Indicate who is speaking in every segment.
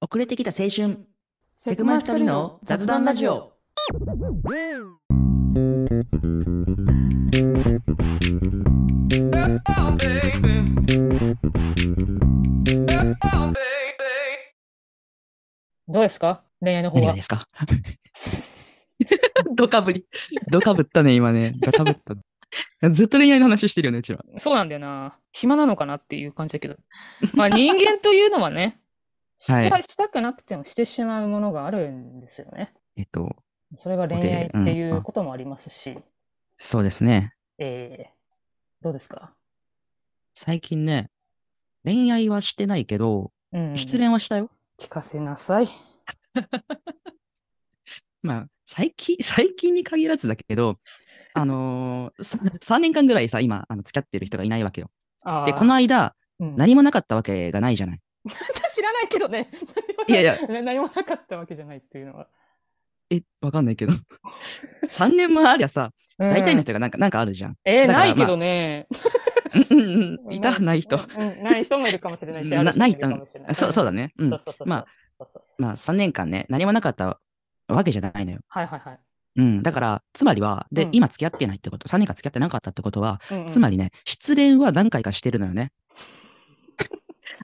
Speaker 1: 遅れてきた青春セグマ二人の雑談ラジオ
Speaker 2: どうですか恋愛の方
Speaker 1: 何が
Speaker 2: は
Speaker 1: で。すかドカぶりドカぶったね今ねドカぶったねずっと恋愛の話してるよねうちら
Speaker 2: そうなんだよな。暇なのかなっていう感じだけど。まあ人間というのはね、した,、
Speaker 1: はい
Speaker 2: したくなくてもしてしまうものがあるんですよね。
Speaker 1: えっと
Speaker 2: それが恋愛っ
Speaker 1: でう
Speaker 2: て
Speaker 1: ん
Speaker 2: い
Speaker 1: あ
Speaker 2: うこともありますし、
Speaker 1: そうですね
Speaker 2: えー、どうですか、
Speaker 1: 最近ね恋愛はしてないけど
Speaker 2: うん、
Speaker 1: 失恋はしたよ、
Speaker 2: 聞かせなさい。
Speaker 1: まあ最近最近に限らずだけどあのー、3年間ぐらいさ今あの付き合ってる人がいないわけよ
Speaker 2: あー
Speaker 1: でこの、間
Speaker 2: うん
Speaker 1: 何もなかったわけがないじゃない
Speaker 2: 知らないけどね。
Speaker 1: いやいや
Speaker 2: や。 何もなかったわけじゃないっていうのは。
Speaker 1: えわかんない けど3年もありゃさ大体の人
Speaker 2: 人。
Speaker 1: がなんかなんかあるじゃん
Speaker 2: えー
Speaker 1: だから
Speaker 2: ないけどね。
Speaker 1: うんうんいた、ない人。
Speaker 2: うんない人もいるかもしれない し、
Speaker 1: な
Speaker 2: ある人も
Speaker 1: ない
Speaker 2: いるかもしれない。
Speaker 1: そうそうだ
Speaker 2: ね。
Speaker 1: ね。うん
Speaker 2: そう。そうそう
Speaker 1: まあ、
Speaker 2: そうそうそう
Speaker 1: まあ、3年間ね、何もなかったわけじゃないのよ。
Speaker 2: はいはいはい。
Speaker 1: うん。だから、つまりは、で、
Speaker 2: うん
Speaker 1: 今付き合ってないってこと、3年間付き合ってなかったってことは、
Speaker 2: うんうん
Speaker 1: つまりね、失恋は何回かしてるのよ ね。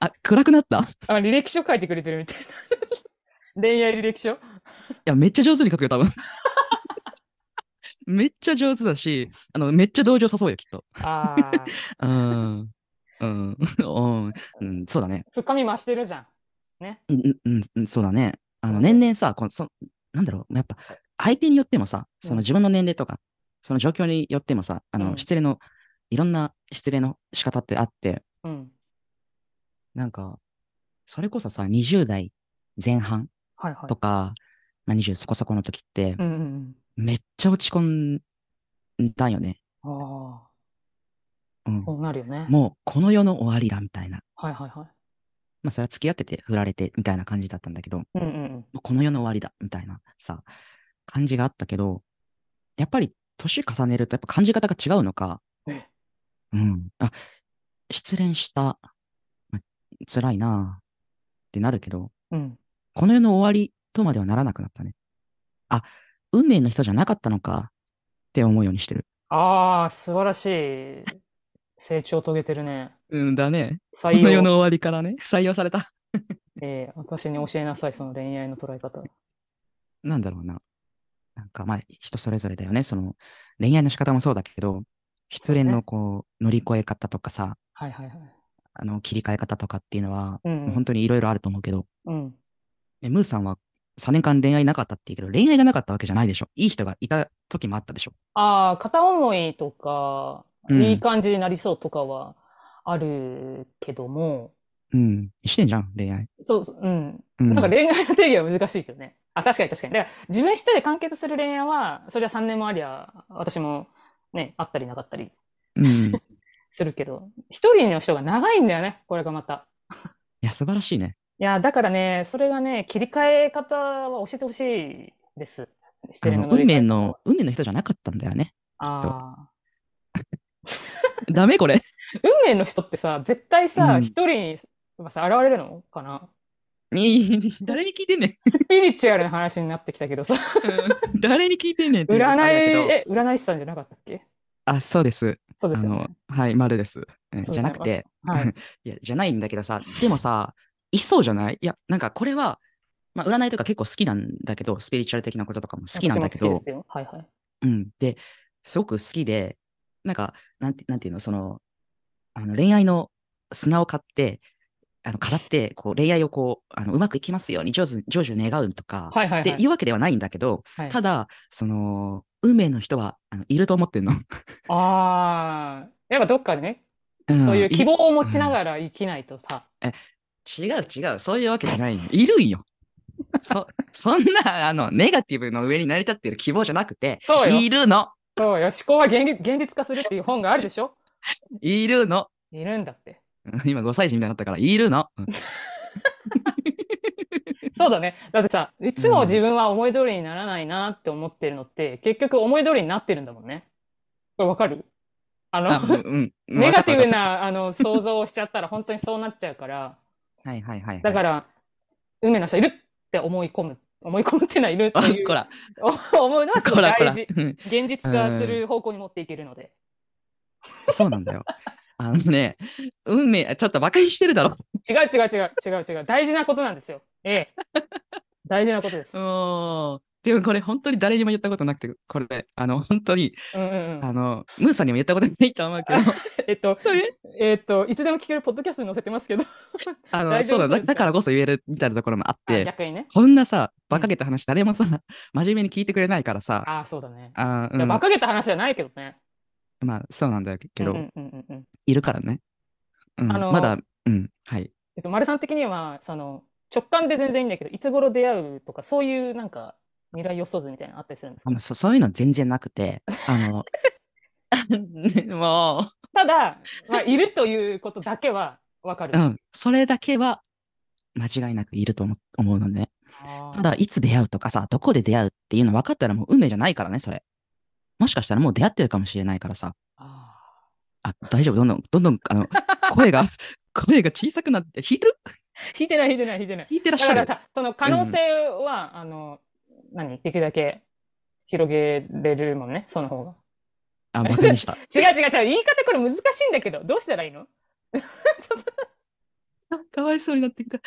Speaker 1: あ、暗くなったい
Speaker 2: あ、履歴書書いてくれてるみたいな。恋愛履歴書
Speaker 1: や、めっちゃ上手に書くよ、多分。 めっちゃ上手だし、あの、めっちゃ同情誘うよ、きっと。
Speaker 2: あ あ、
Speaker 1: うん。うん。 うん。うんそうだね。
Speaker 2: 深み増してるじゃん。ね。
Speaker 1: うんうんうんうん、そうだね。あ
Speaker 2: そ
Speaker 1: の
Speaker 2: うだよ
Speaker 1: 年々さこのそ、なんだろう、やっぱ相手によってもさ、その自分の年齢とか、その状況によってもさ、あ
Speaker 2: う
Speaker 1: の
Speaker 2: ん
Speaker 1: 失礼の、いろんな失礼の仕方ってあって、
Speaker 2: うん。
Speaker 1: なんか、それこそさ、20代前半
Speaker 2: はいはい
Speaker 1: と。か、まあ、20そこそこの時って
Speaker 2: う、んうん
Speaker 1: めっちゃ落ち込んだよね。
Speaker 2: うん。ああ、
Speaker 1: うん、
Speaker 2: そうなるよね。
Speaker 1: もう、この世の終わりだみたいな。
Speaker 2: はいはいは
Speaker 1: まあ、それは付き合ってて、振られてみたいな感じだったんだけど、
Speaker 2: い。うんうんうん。
Speaker 1: もうこの世の終わりだ、みたいなさ、感じがあったけど、やっぱり年重ねるとやっぱ感じ方が違うのか、
Speaker 2: ね
Speaker 1: うん。あ、失恋した。ま辛いなあってなるけど、
Speaker 2: うん。
Speaker 1: この世の終わりとまではならなくなったね。あ、運命の人じゃなかったのかって思うようにしてる。
Speaker 2: ああ、素晴らしい。成長を遂げてるね。
Speaker 1: うんだね。
Speaker 2: 採用。
Speaker 1: 終わりからね、採用された。
Speaker 2: えー、私に教えなさい、その恋愛の捉え方。
Speaker 1: なんだろうな。なんかまあ人それぞれだよね。その恋愛の仕方もそうだけど、失恋のこう乗り越え方とかさ、
Speaker 2: はいはいはい。
Speaker 1: あの切り替え方とかっていうのは、
Speaker 2: うん、うん
Speaker 1: 本。当にいろいろあると思うけど、
Speaker 2: うん。
Speaker 1: ねムーさんは3年間恋愛なかったって言うけど、恋愛がなかったわけじゃないでしょ。いい人がいた時もあったでしょ。
Speaker 2: ああ、片思いとか、
Speaker 1: うん
Speaker 2: いい感じになりそうとかはあるけども、
Speaker 1: うん。してんじゃん、恋愛。
Speaker 2: そうそう、うん。
Speaker 1: うん、
Speaker 2: なんか恋愛の定義は難しいけどね。あ、確かに確かに。だから自分一人で完結する恋愛は、それは3年もありゃ、私もね、あったりなかったり
Speaker 1: うん。い
Speaker 2: するけど、一人の人が長いんだよね、これがまた。
Speaker 1: や、素晴らしいね。
Speaker 2: いや、だからね、それがね、切り替え方は教えてほしいです。失
Speaker 1: あ
Speaker 2: 恋
Speaker 1: の
Speaker 2: の乗り
Speaker 1: 運
Speaker 2: 換え
Speaker 1: 命の、運命の人じゃなかったんだよね。
Speaker 2: ああ。
Speaker 1: ダメこれ。
Speaker 2: 運命の人ってさ、絶対
Speaker 1: う
Speaker 2: さ、
Speaker 1: ん
Speaker 2: 一人にまあさ、現れるのかな
Speaker 1: 誰に聞いてんねん。
Speaker 2: スピリチュアルな話になってきたけどさ、
Speaker 1: 誰に聞いてんねんっていう
Speaker 2: 占
Speaker 1: あれだけど
Speaker 2: い、え、占い師さんじゃなかったっけ
Speaker 1: あ、そうです。
Speaker 2: そう
Speaker 1: あ
Speaker 2: ですよね
Speaker 1: の、はい、丸です。うん
Speaker 2: そうですね
Speaker 1: じゃなくて、
Speaker 2: はい。
Speaker 1: いや、じゃないんだけどさ、でもさ、いそうじゃないいや、なんかこれは、まあ、占いとか結構好きなんだけど、スピリチュアル的なこととかも 好きなんだけ
Speaker 2: とても
Speaker 1: ど
Speaker 2: 好きで、すよはいはい。
Speaker 1: うん。で、すごく好きで、なんか、なんて、なんていうの、その、あの、恋愛の砂を買って、あの、飾って、こう、恋愛をこう、あの、うまくいきますように、上手、成就願うとか、
Speaker 2: はいはい
Speaker 1: って
Speaker 2: はい
Speaker 1: いうわけではないんだけど、
Speaker 2: はい
Speaker 1: ただ、その、運命の人は、あの、いると思って んの。
Speaker 2: ああ、やっぱどっかでね、
Speaker 1: ん
Speaker 2: そういう希望を持ちながら生きないとさ、
Speaker 1: 違う違う、そういうわけじゃないの。いるんよ。そ、そんな、あの、ネガティブの上に成り立っている希望じゃなくて、
Speaker 2: そうよ
Speaker 1: いるの。
Speaker 2: そうよ、思考は現実現実化するっていう本があるでしょ
Speaker 1: いるの。
Speaker 2: いるんだって。
Speaker 1: うん今5歳児みたいになったから、いるの。うん
Speaker 2: そうだね。だってさ、いつも自分は思い通りにならないなって思ってるのって、結局思い通りになってるんだもんね。これわかるあの、
Speaker 1: あうん。うん
Speaker 2: ネガティ
Speaker 1: わ
Speaker 2: ブ。
Speaker 1: かったわかっ
Speaker 2: なあの想像をしちゃったら本当にそうなっちゃうから、
Speaker 1: たはいはいはいはい。
Speaker 2: だから、運命の人いるって思い込む。思い込むっていうのはいるって
Speaker 1: あ
Speaker 2: いう
Speaker 1: こ。ら、
Speaker 2: 思うのはすご
Speaker 1: こ
Speaker 2: い
Speaker 1: ら、こ
Speaker 2: 大
Speaker 1: ら。
Speaker 2: 事。
Speaker 1: うん
Speaker 2: 現実化する方向に持っていけるので。
Speaker 1: そうなんだよ。あのね、運命、ちょっと馬鹿にしてるだろ。
Speaker 2: 違う違う違う違う違う。大事なことなんですよ。ええ。大事なことです。うん
Speaker 1: もうでもこれ本当に誰にも言ったことなくて、これ、あの、本当に、
Speaker 2: うんうん。
Speaker 1: あの、ムーさんにも言ったことないと思う けど、
Speaker 2: えっと、
Speaker 1: それ
Speaker 2: えっと、いつでも聞けるポッドキャストに載せてますけど。
Speaker 1: あの、
Speaker 2: 大
Speaker 1: そ
Speaker 2: 丈夫
Speaker 1: うだ
Speaker 2: そう
Speaker 1: だ、
Speaker 2: ですか
Speaker 1: だからこそ言えるみたいなところもあっ
Speaker 2: あ
Speaker 1: て、
Speaker 2: 逆にね。
Speaker 1: こんなさ、馬鹿げた話、誰もさ、 真面目に聞いてくれないからさ、
Speaker 2: ああ、そうだね。
Speaker 1: あー
Speaker 2: い
Speaker 1: う
Speaker 2: や、
Speaker 1: ん、
Speaker 2: 馬鹿げた話じゃないけどね。
Speaker 1: まあ、そうなんだけ
Speaker 2: うんう
Speaker 1: ど、
Speaker 2: んうんうん。
Speaker 1: いるからね。うん、
Speaker 2: あの
Speaker 1: まだ、うん、はい。
Speaker 2: えっと、丸さん的には、その、直感で全然いいんだけど、いつ頃出会うとか、そういうなんか、未来予想図みたいなのあったりするんです
Speaker 1: あ
Speaker 2: か
Speaker 1: のそそういうの全然なく て、あの、も
Speaker 2: ただ、まあ、いるということだけはわかる
Speaker 1: う、う。ん、それだけは間違いなくいると思思うので、
Speaker 2: あー
Speaker 1: ただ、いつ出会うとかさ、どこで出会うっていうの分かったらもう運命じゃないからね、それ。もしかしたらもう出会ってるかもしれないからさ、
Speaker 2: あ
Speaker 1: あ、大丈夫、どんどん、どんどん、あの、声 が、声が小さくなって、弾いてる
Speaker 2: ー。引いてない、引いてない、引いてない。
Speaker 1: 弾いてらっし
Speaker 2: だ
Speaker 1: ゃ
Speaker 2: から
Speaker 1: る。
Speaker 2: さ、その可能性は、あの、何、できるだけ広げれるもんね、その方が。
Speaker 1: あ、バカに した。
Speaker 2: 違う違う違う、言い方これ難しいんだけど、どうしたらいいの
Speaker 1: あかわいそうになってきた。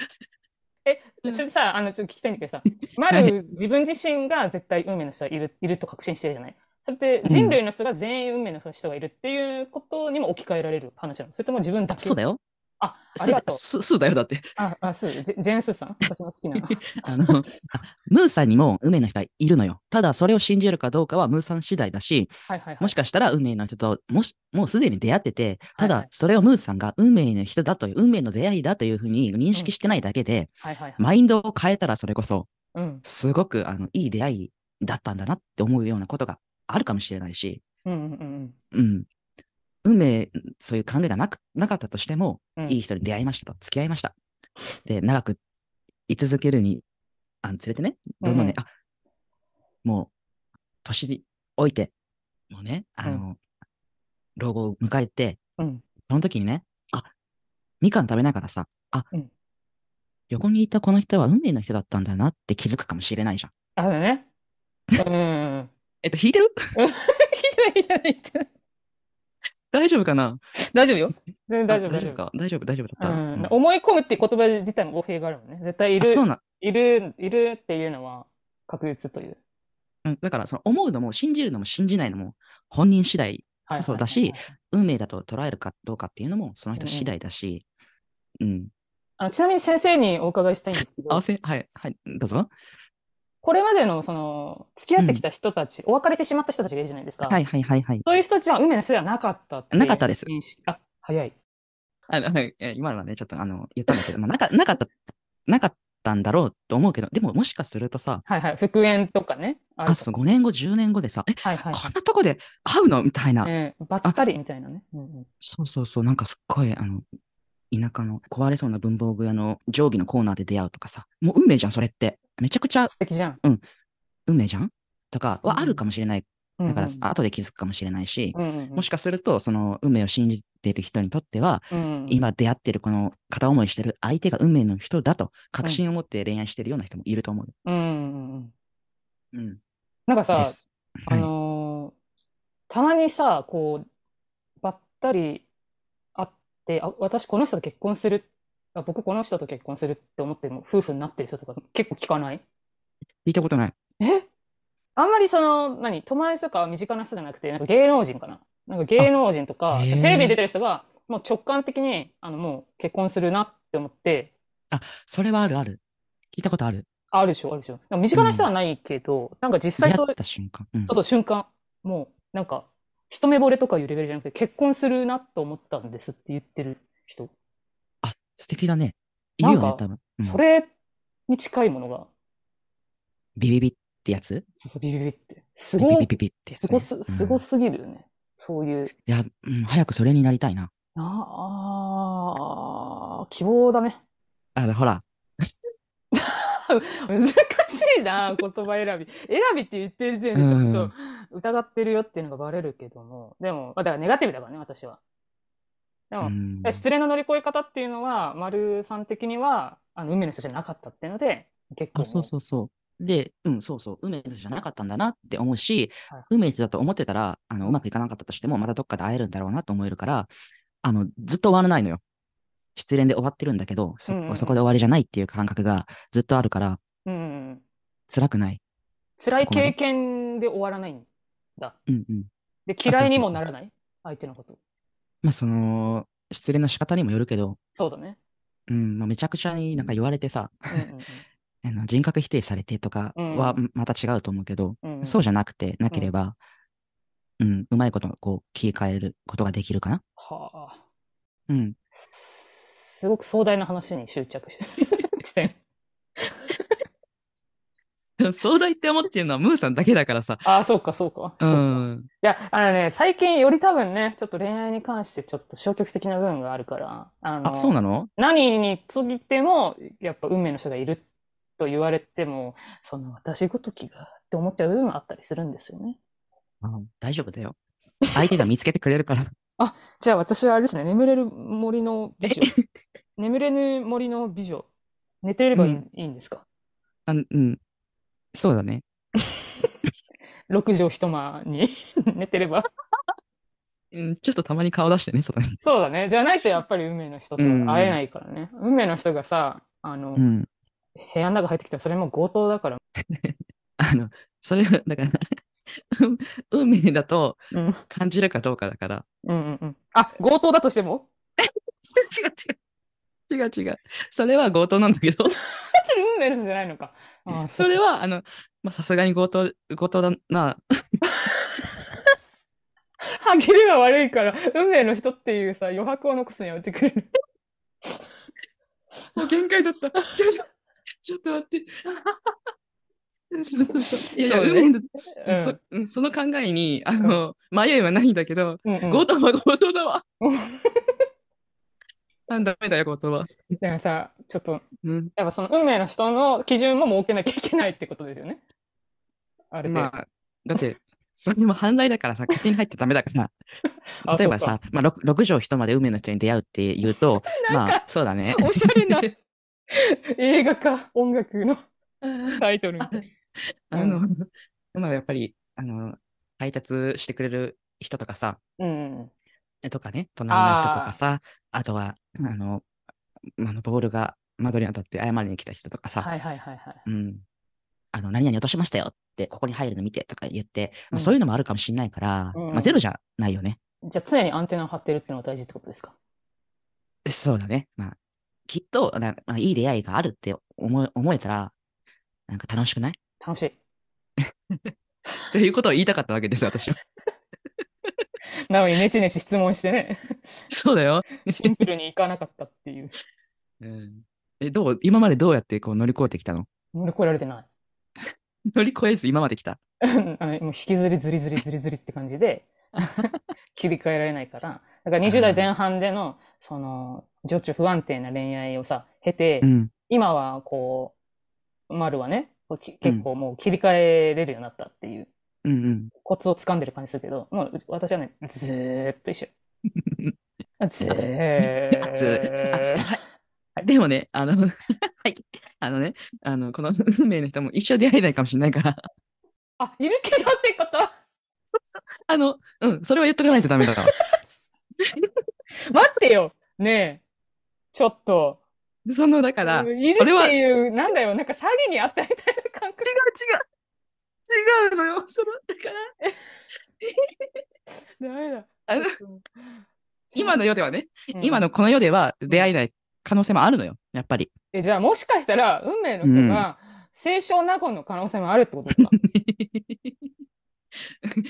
Speaker 2: それでさ、あの、ちょっと聞きたいんだけど さ、まる自分自身が絶対運命の人がいる、いると確信してるじゃないそれって
Speaker 1: うん
Speaker 2: 人類の人が全員運命の人がいるっていうことにも置き換えられる話なのそれとも自分だけ
Speaker 1: そうだよ。
Speaker 2: あ、あ
Speaker 1: そ
Speaker 2: り
Speaker 1: う
Speaker 2: が
Speaker 1: だ
Speaker 2: とう。
Speaker 1: すすうだよ、だって。
Speaker 2: あ、あ、そう、ジェジェーンスーさん私の好きな。
Speaker 1: あの、あムーさんにも運命の人はいるのよ。ただ、それを信じるかどうかはムーさん次第だし、
Speaker 2: はいはいはい。
Speaker 1: もしかしたら運命の人と、もし、もうすでに出会ってて、た
Speaker 2: はいは
Speaker 1: だ
Speaker 2: い、
Speaker 1: それをムーさんが運命の人だという、運命の出会いだというふうに認
Speaker 2: うん
Speaker 1: 識してないだけで、
Speaker 2: はいはいはい。
Speaker 1: マインドを変えたらそれこそ、
Speaker 2: うん。
Speaker 1: すごく、あの、いい出会いだったんだなって思うようなことがあるかもしれないし、
Speaker 2: うんうんうん
Speaker 1: うん。運命、そういう考えがなく、なかったとしても、
Speaker 2: うん。うん
Speaker 1: いい人に出会いましたと、付き合いました。で、長く居続けるに、あの、連れてね、どんどんね、あ、もう、年に老いて、もうね、あの、老後を迎えて、
Speaker 2: うん。
Speaker 1: その時にね、あ、みかん食べながらさ、あ、
Speaker 2: うん
Speaker 1: 横にいたこの人は運命の人だったんだなって気づくかもしれないじゃん。
Speaker 2: あ、そうだね。うん。
Speaker 1: えっと、弾い てる
Speaker 2: 引いてない、引いてない、引いてない。
Speaker 1: 大丈夫かな
Speaker 2: 大丈夫よ。全然大丈夫、
Speaker 1: あ
Speaker 2: 大丈
Speaker 1: か大丈夫、大丈夫だった。
Speaker 2: 夫。うん
Speaker 1: うん
Speaker 2: 思い込むっていう言葉自体も語弊があるもんね。絶対い
Speaker 1: あ
Speaker 2: る
Speaker 1: そ、うな、
Speaker 2: いる、いるっていうのは確実という。
Speaker 1: うん、だから、その思うのも信じるのも信じないのも本人次第、
Speaker 2: はい
Speaker 1: そう
Speaker 2: はいはいはい
Speaker 1: だし、運命だと捉えるかどうかっていうのもその人
Speaker 2: うんうん
Speaker 1: 次第だし、うん。
Speaker 2: あのちなみに先生にお伺いしたいんですけ
Speaker 1: 合わ
Speaker 2: ど、
Speaker 1: せ、はい、はい、どうぞ。
Speaker 2: これまでのその付き合ってきた人たち、お別れしてしまった人たちがいるじゃないですか。
Speaker 1: はい、はい、はい、はい。
Speaker 2: そういう人たちは運命の人ではなかったって
Speaker 1: なかったです
Speaker 2: 認識あ、早い。
Speaker 1: あのはいえ今のはね、ちょっとあの、言ったんだけど、まあ、なか、なかった、なかったんだろうと思うけど、でももしかするとさ、
Speaker 2: はいはい。復縁とかね。ある
Speaker 1: あ、そう、5年後、10年後でさ、え、
Speaker 2: はいはい。
Speaker 1: こんなとこで会うのみたいな、
Speaker 2: えー、バツたりみたいなね。うんうん
Speaker 1: そうそうそう、なんかすっごい、あの、田舎の壊れそうな文房具屋の定規のコーナーで出会うとかさ、もう運命じゃん、それって。めちゃくちゃ
Speaker 2: 素敵じゃん。
Speaker 1: 運命じゃんとか
Speaker 2: うん
Speaker 1: はあるかもしれない。
Speaker 2: うんう
Speaker 1: だ
Speaker 2: ん
Speaker 1: から、後で気づくかもしれないし、
Speaker 2: うんうん
Speaker 1: もしかすると、その運命を信じている人にとっては、
Speaker 2: うんうん
Speaker 1: 今出会ってるこの片思いしてる相手が運命の人だと確信を持って恋愛してるような人もいると思う。
Speaker 2: うんうんうん
Speaker 1: うん。
Speaker 2: なんか
Speaker 1: で
Speaker 2: さ、
Speaker 1: す。
Speaker 2: あ
Speaker 1: はい
Speaker 2: のーたまにさ、こう、ばったり会って、あ、私この人と結婚する、あ、僕この人と結婚するって思っても夫婦になってる人とか結構聞かない
Speaker 1: 聞いたことない。
Speaker 2: えあんまりその、何、友達とか身近な人じゃなくて、なんか芸能人かな。なんか芸能人とか、
Speaker 1: あへ
Speaker 2: テ
Speaker 1: ー
Speaker 2: レビに出てる人が、もう直感的に、あの、もう結婚するなって思って、
Speaker 1: それはあるある。聞いたことある。
Speaker 2: あ、あるでしょ、あるでしょ。なんか身近な人はないけど、なんか実
Speaker 1: 出
Speaker 2: 際そう
Speaker 1: 会った瞬間。うん
Speaker 2: そうそう、瞬間。もう、なんか、一目惚れとかいうレベルじゃなくて、結婚するなと思ったんですって言ってる人。
Speaker 1: あ、素敵だね。いるよ
Speaker 2: なん
Speaker 1: ね
Speaker 2: か、
Speaker 1: 多分。うん
Speaker 2: それに近いものが、
Speaker 1: ビビビってやつ
Speaker 2: そうそうビビビって。す
Speaker 1: ビ
Speaker 2: ご
Speaker 1: ビビビビってやつ
Speaker 2: す
Speaker 1: ね。
Speaker 2: ごす、すご
Speaker 1: い
Speaker 2: すぎるよね。そういう、
Speaker 1: や、うん早くそれになりたいな。
Speaker 2: なあー、希望だね。
Speaker 1: あ、ほら、
Speaker 2: 難しいな、言葉選び。選びって言ってる時点で、ちょっと疑ってるよっていうのがバレるけども、でも、まあだからネガティブだからね、私は。でも、
Speaker 1: うん
Speaker 2: 失恋の乗り越え方っていうのは、丸さん的には、あの、運命の人じゃなかったっていうので、結構
Speaker 1: あ、そうそうそう。で、うん、そうそう、運命の人じゃなかったんだなって思うし、
Speaker 2: はい
Speaker 1: 運命の人だと思ってたら、あのうまくいかなかったとしても、またどっかで会えるんだろうなと思えるから、あのずっと終わらないのよ。失恋で終わってるんだけど、そ,、
Speaker 2: うんうんうん
Speaker 1: そこで終わりじゃないっていう感覚がずっとあるから、
Speaker 2: う、うんうん。
Speaker 1: 辛くない。
Speaker 2: 辛い
Speaker 1: そこまで
Speaker 2: 経験で終わらないんだ。
Speaker 1: うんうん。
Speaker 2: で、
Speaker 1: うそう
Speaker 2: 嫌いにもならない相手のこと。
Speaker 1: まあ、その、失恋の仕方にもよるけど、
Speaker 2: そうだね。
Speaker 1: うん、まあ、めちゃくちゃになんか言われてさ、
Speaker 2: うんうん
Speaker 1: あの人格否定されてとかは
Speaker 2: う
Speaker 1: また違うと思うけど、
Speaker 2: うん。うん
Speaker 1: そうじゃなくて、なければ、うん、うまいことこう切り替えることができるかな。
Speaker 2: はあ。
Speaker 1: うん。
Speaker 2: すごく壮大な話に執着して して。
Speaker 1: 壮大って思ってるのはムーさんだけだからさ。
Speaker 2: ああ、そうか、そうか。
Speaker 1: う
Speaker 2: そうか
Speaker 1: ん。
Speaker 2: いや、あのね、最近より多分ね、ちょっと恋愛に関してちょっと消極的な部分があるから、あの、
Speaker 1: あ、そうなの
Speaker 2: 何についても、やっぱ運命の人がいると言われても、その私ごときがって思っちゃう部分はあったりするんですよね。
Speaker 1: 大丈夫だよ。相手が見つけてくれる から。
Speaker 2: じゃあ私はあれですね、眠れる森の美女。 眠れぬ森の美女。寝てればいい,、
Speaker 1: うん
Speaker 2: いいんですか
Speaker 1: あうん。そうだね。
Speaker 2: 六畳一間に 寝てれば。
Speaker 1: うん、ちょっとたまに顔出してね、外に。
Speaker 2: そうだね。じゃないとやっぱり運命の人と会えないからね。運命の人がさ、あの、
Speaker 1: うん。
Speaker 2: 部屋の中入ってきたらそれも強盗だから。
Speaker 1: あの、それは、だから、 うん運命だと
Speaker 2: うん。うん
Speaker 1: 感じるかどうかだ から。
Speaker 2: うんうん。あ、強盗だとしても
Speaker 1: 違う違う。違う違う。それは強盗なんだ けど、
Speaker 2: それ運命の人じゃないのか。ああ
Speaker 1: それ
Speaker 2: は。
Speaker 1: は、あの、まあ、さすがに強盗、強盗だな。
Speaker 2: 歯切れが悪いから、運命の人っていうさ、余白を残すのやめてくれる。
Speaker 1: もう限界だった。ちょっと、 ちょっと待って。そうそうそう。いやいや、
Speaker 2: そうね
Speaker 1: 運命だ
Speaker 2: う
Speaker 1: そ
Speaker 2: ん
Speaker 1: うんその考えに、あの、迷いはないんだけど、
Speaker 2: うんうん
Speaker 1: 強盗は強盗だわ。あ、ダメだよ、強盗は。
Speaker 2: だからさ、ちょっと、
Speaker 1: うん。
Speaker 2: やっぱその運命の人の基準も設けなきゃいけないってことですよね。あれで。
Speaker 1: まあ、だって、それも犯罪だからさ、勝手に入っちゃダメだから。
Speaker 2: あ
Speaker 1: 例えばさ、まあ、6, 畳人まで梅の人に出会うって言う と、まあ、そうだね。
Speaker 2: おしゃれ な映画か音楽のタイトルみたい。
Speaker 1: あの、 まあ、やっぱり、あの、配達してくれる人とかさ、
Speaker 2: うん。
Speaker 1: とかね、隣の人とかさ、あとは、あの、あのボールが窓に当たって謝りに来た人とかさ、
Speaker 2: はいはいはいはい。
Speaker 1: うん。あの、何々落としましたよって、ここに入るの見てとか言って、ま
Speaker 2: うん
Speaker 1: あ、そういうのもあるかもしれないから、
Speaker 2: うん
Speaker 1: まあ、ゼロじゃないよね。
Speaker 2: じゃあ常にアンテナを張ってるってのが大事ってことですか
Speaker 1: そうだね。まあ、きっと、なまあ、いい出会いがあるって思え思えたら、なんか楽しくない
Speaker 2: 楽しい。
Speaker 1: っていうことを言いたかったわけです、私は。
Speaker 2: なのにネチネチ質問し てね、
Speaker 1: そうだよ。
Speaker 2: シンプルにいかなかったっていう。
Speaker 1: うん、え、どう、今までどうやってこう乗り越えてきたの
Speaker 2: 乗り越えられてない。
Speaker 1: 乗り越えず今まで来た。
Speaker 2: あのもう引きずりずりずりずりずりって感じで 切り替えられないから。だから20代前半での、その、情緒不安定な恋愛をさ、経て、
Speaker 1: うん。
Speaker 2: 今はこう、丸はね、こうき結構もう切り替えれるようになったっていう、
Speaker 1: うんうん。
Speaker 2: コツを掴んでる感じするけど、もう私はね、ずーっ と一緒。ずー
Speaker 1: ずー
Speaker 2: っ
Speaker 1: あでもね、あの、 はい。あのね、あの、この 運命の人も一生出会えないかもしれないから、
Speaker 2: あ、いるけどってこと
Speaker 1: あの、うん、それは言っとかないとダメ だわ。
Speaker 2: 待ってよねえ、ちょっと。
Speaker 1: その、だから、
Speaker 2: いるっ
Speaker 1: それは
Speaker 2: ていう、なんだよ、なんか詐欺にあったみたいな 感覚。
Speaker 1: 違う違うのよ。そのだから
Speaker 2: ダメだ。
Speaker 1: あの今の世ではね、
Speaker 2: うん
Speaker 1: 今のこの世では出会えない可能性もあるのよ、やっぱり。
Speaker 2: え、じゃあもしかしたら、運命の人が、清少納言の可能性もあるってことで すか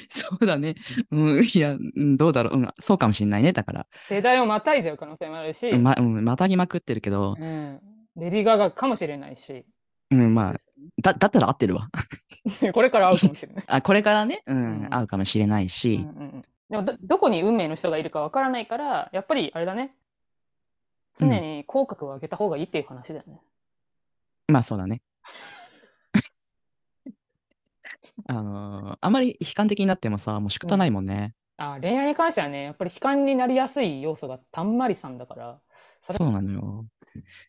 Speaker 1: そうだね。うん、いや、うんどうだろう、うん。そうかもしんないね。だから、
Speaker 2: 世代をまたいじゃう可能性もあるし、
Speaker 1: まうんまたぎまくってるけど
Speaker 2: う、ん。レディー・ガガかもしれないし、
Speaker 1: うん、まあ、だだったら合ってるわ。
Speaker 2: これから会うかもしれない。
Speaker 1: あこれからね、う
Speaker 2: うん
Speaker 1: ん、会うかもしれない
Speaker 2: うんう
Speaker 1: し、
Speaker 2: んうんでもど、どこに運命の人がいるかわからないから、やっぱりあれだね。常に口角を上げた方がいいっていう話だよね。
Speaker 1: まあそうだ ね。あのーあまり悲観的になってもさ、もう仕方ないもんね。
Speaker 2: あ恋愛に関してはね、やっぱり悲観になりやすい要素がたんまりさんだから、それ
Speaker 1: そうなのよ。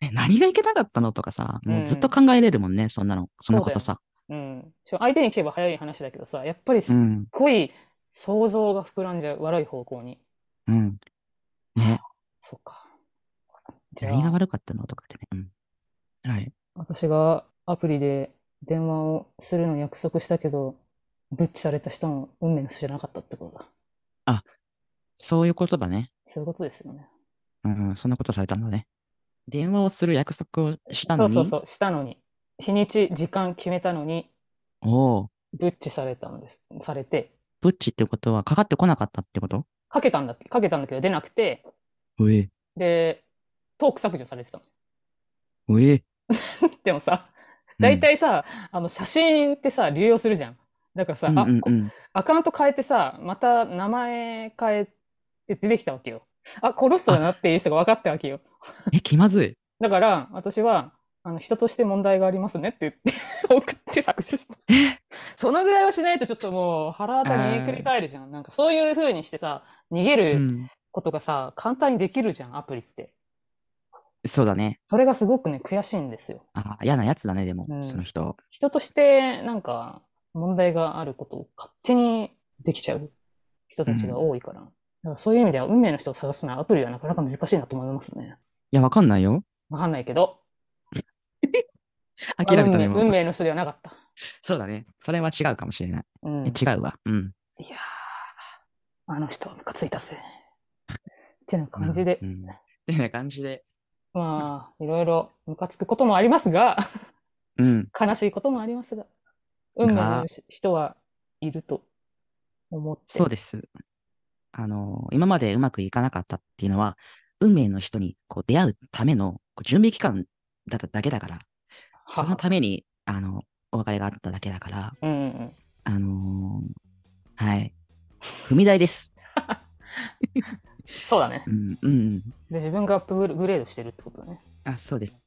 Speaker 1: え、何がいけなかったのとかさ、もうずっと考えれるもんね、そんなの、そんなことさ。
Speaker 2: うん。し相手に聞けば早い話だけどさ、やっぱりす
Speaker 1: う
Speaker 2: っ
Speaker 1: ん。
Speaker 2: ごい想像が膨らんじゃう。悪い方向に。
Speaker 1: うん。ね、
Speaker 2: そっか。じゃ
Speaker 1: 何が
Speaker 2: あ、
Speaker 1: 悪かったのとかってね。うん。はい。
Speaker 2: 私がアプリで電話をするのを約束したけど、ブッチされた人も運命の人じゃなかったってことだ。
Speaker 1: そういうことだね。
Speaker 2: そういうことですよね。
Speaker 1: うん、そんなことされたんだね。電話をする約束をした
Speaker 2: そ
Speaker 1: の
Speaker 2: う
Speaker 1: に、
Speaker 2: そうそう、したのに。日にち、時間決めたのに、
Speaker 1: おお、
Speaker 2: ブッチされたんです。されて、
Speaker 1: ブッチってことはかかってこなかったってこと
Speaker 2: かけたんだ、かけたんだけど出なくて、
Speaker 1: うえ、
Speaker 2: で、トーク削除されてたの。
Speaker 1: うえ。
Speaker 2: でもさ、
Speaker 1: うん
Speaker 2: 大体さ、あの写真ってさ、流用するじゃん。だからさ、
Speaker 1: うん
Speaker 2: あ、
Speaker 1: うん
Speaker 2: こ
Speaker 1: うん。
Speaker 2: アカウント変えてさ、また名前変えて出てきたわけよ。あ、この人だなっていう人が分かったわけよ。
Speaker 1: え、気まずい。
Speaker 2: だから、私は、あの、人として問題がありますねって 言って送って削除した。そのぐらいはしないとちょっともう腹当たりにくり返るじゃん。なんかそういう風にしてさ、逃げ
Speaker 1: う
Speaker 2: る
Speaker 1: ん。
Speaker 2: ことがさ、簡単にできるじゃん、アプリって。
Speaker 1: そうだね。
Speaker 2: それがすごくね、悔しいんですよ。
Speaker 1: ああ、嫌なやつだね、でも、
Speaker 2: うん
Speaker 1: その人。
Speaker 2: 人としてなんか問題があることを勝手にできちゃう人たちが多いから。だからそういう意味では運命の人を探すのはアプリはなかなか難しいなと思いますね。
Speaker 1: いや、わかんないよ。
Speaker 2: わかんないけど。
Speaker 1: 諦めた
Speaker 2: あ
Speaker 1: ね、
Speaker 2: 運
Speaker 1: 今
Speaker 2: 命運命の人ではなかった。
Speaker 1: そうだね。それは違うかもしれない。
Speaker 2: うん。
Speaker 1: え
Speaker 2: い
Speaker 1: 違うわ。うん。
Speaker 2: やー、あの人はムカついたぜ。ってな感じで
Speaker 1: う、ん。うんってな感じで。
Speaker 2: まあ、いろいろムカつくこともありますが、
Speaker 1: うん。
Speaker 2: 悲しいこともありますが、運命の人はいると思って。
Speaker 1: そうです。あの、今までうまくいかなかったっていうのは、運命の人にこう出会うためのこう準備期間だっただけだから、その
Speaker 2: は
Speaker 1: ために、あの、お別れがあっただけだから、
Speaker 2: うんうん。
Speaker 1: あのーはい。踏み台です。
Speaker 2: そうだね。
Speaker 1: うん、うん。
Speaker 2: で、自分がアップグレードしてるってことだね。
Speaker 1: あ、そうです。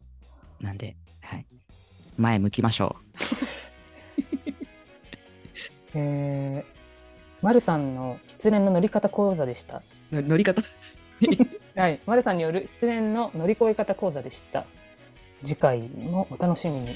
Speaker 1: なんで、はい。前向きましょ
Speaker 2: えー、まるさんの失恋の乗り方講座でした。
Speaker 1: う。乗り方。
Speaker 2: はい、まるさんによる失恋の乗り越え方講座でした。次回もお楽しみに。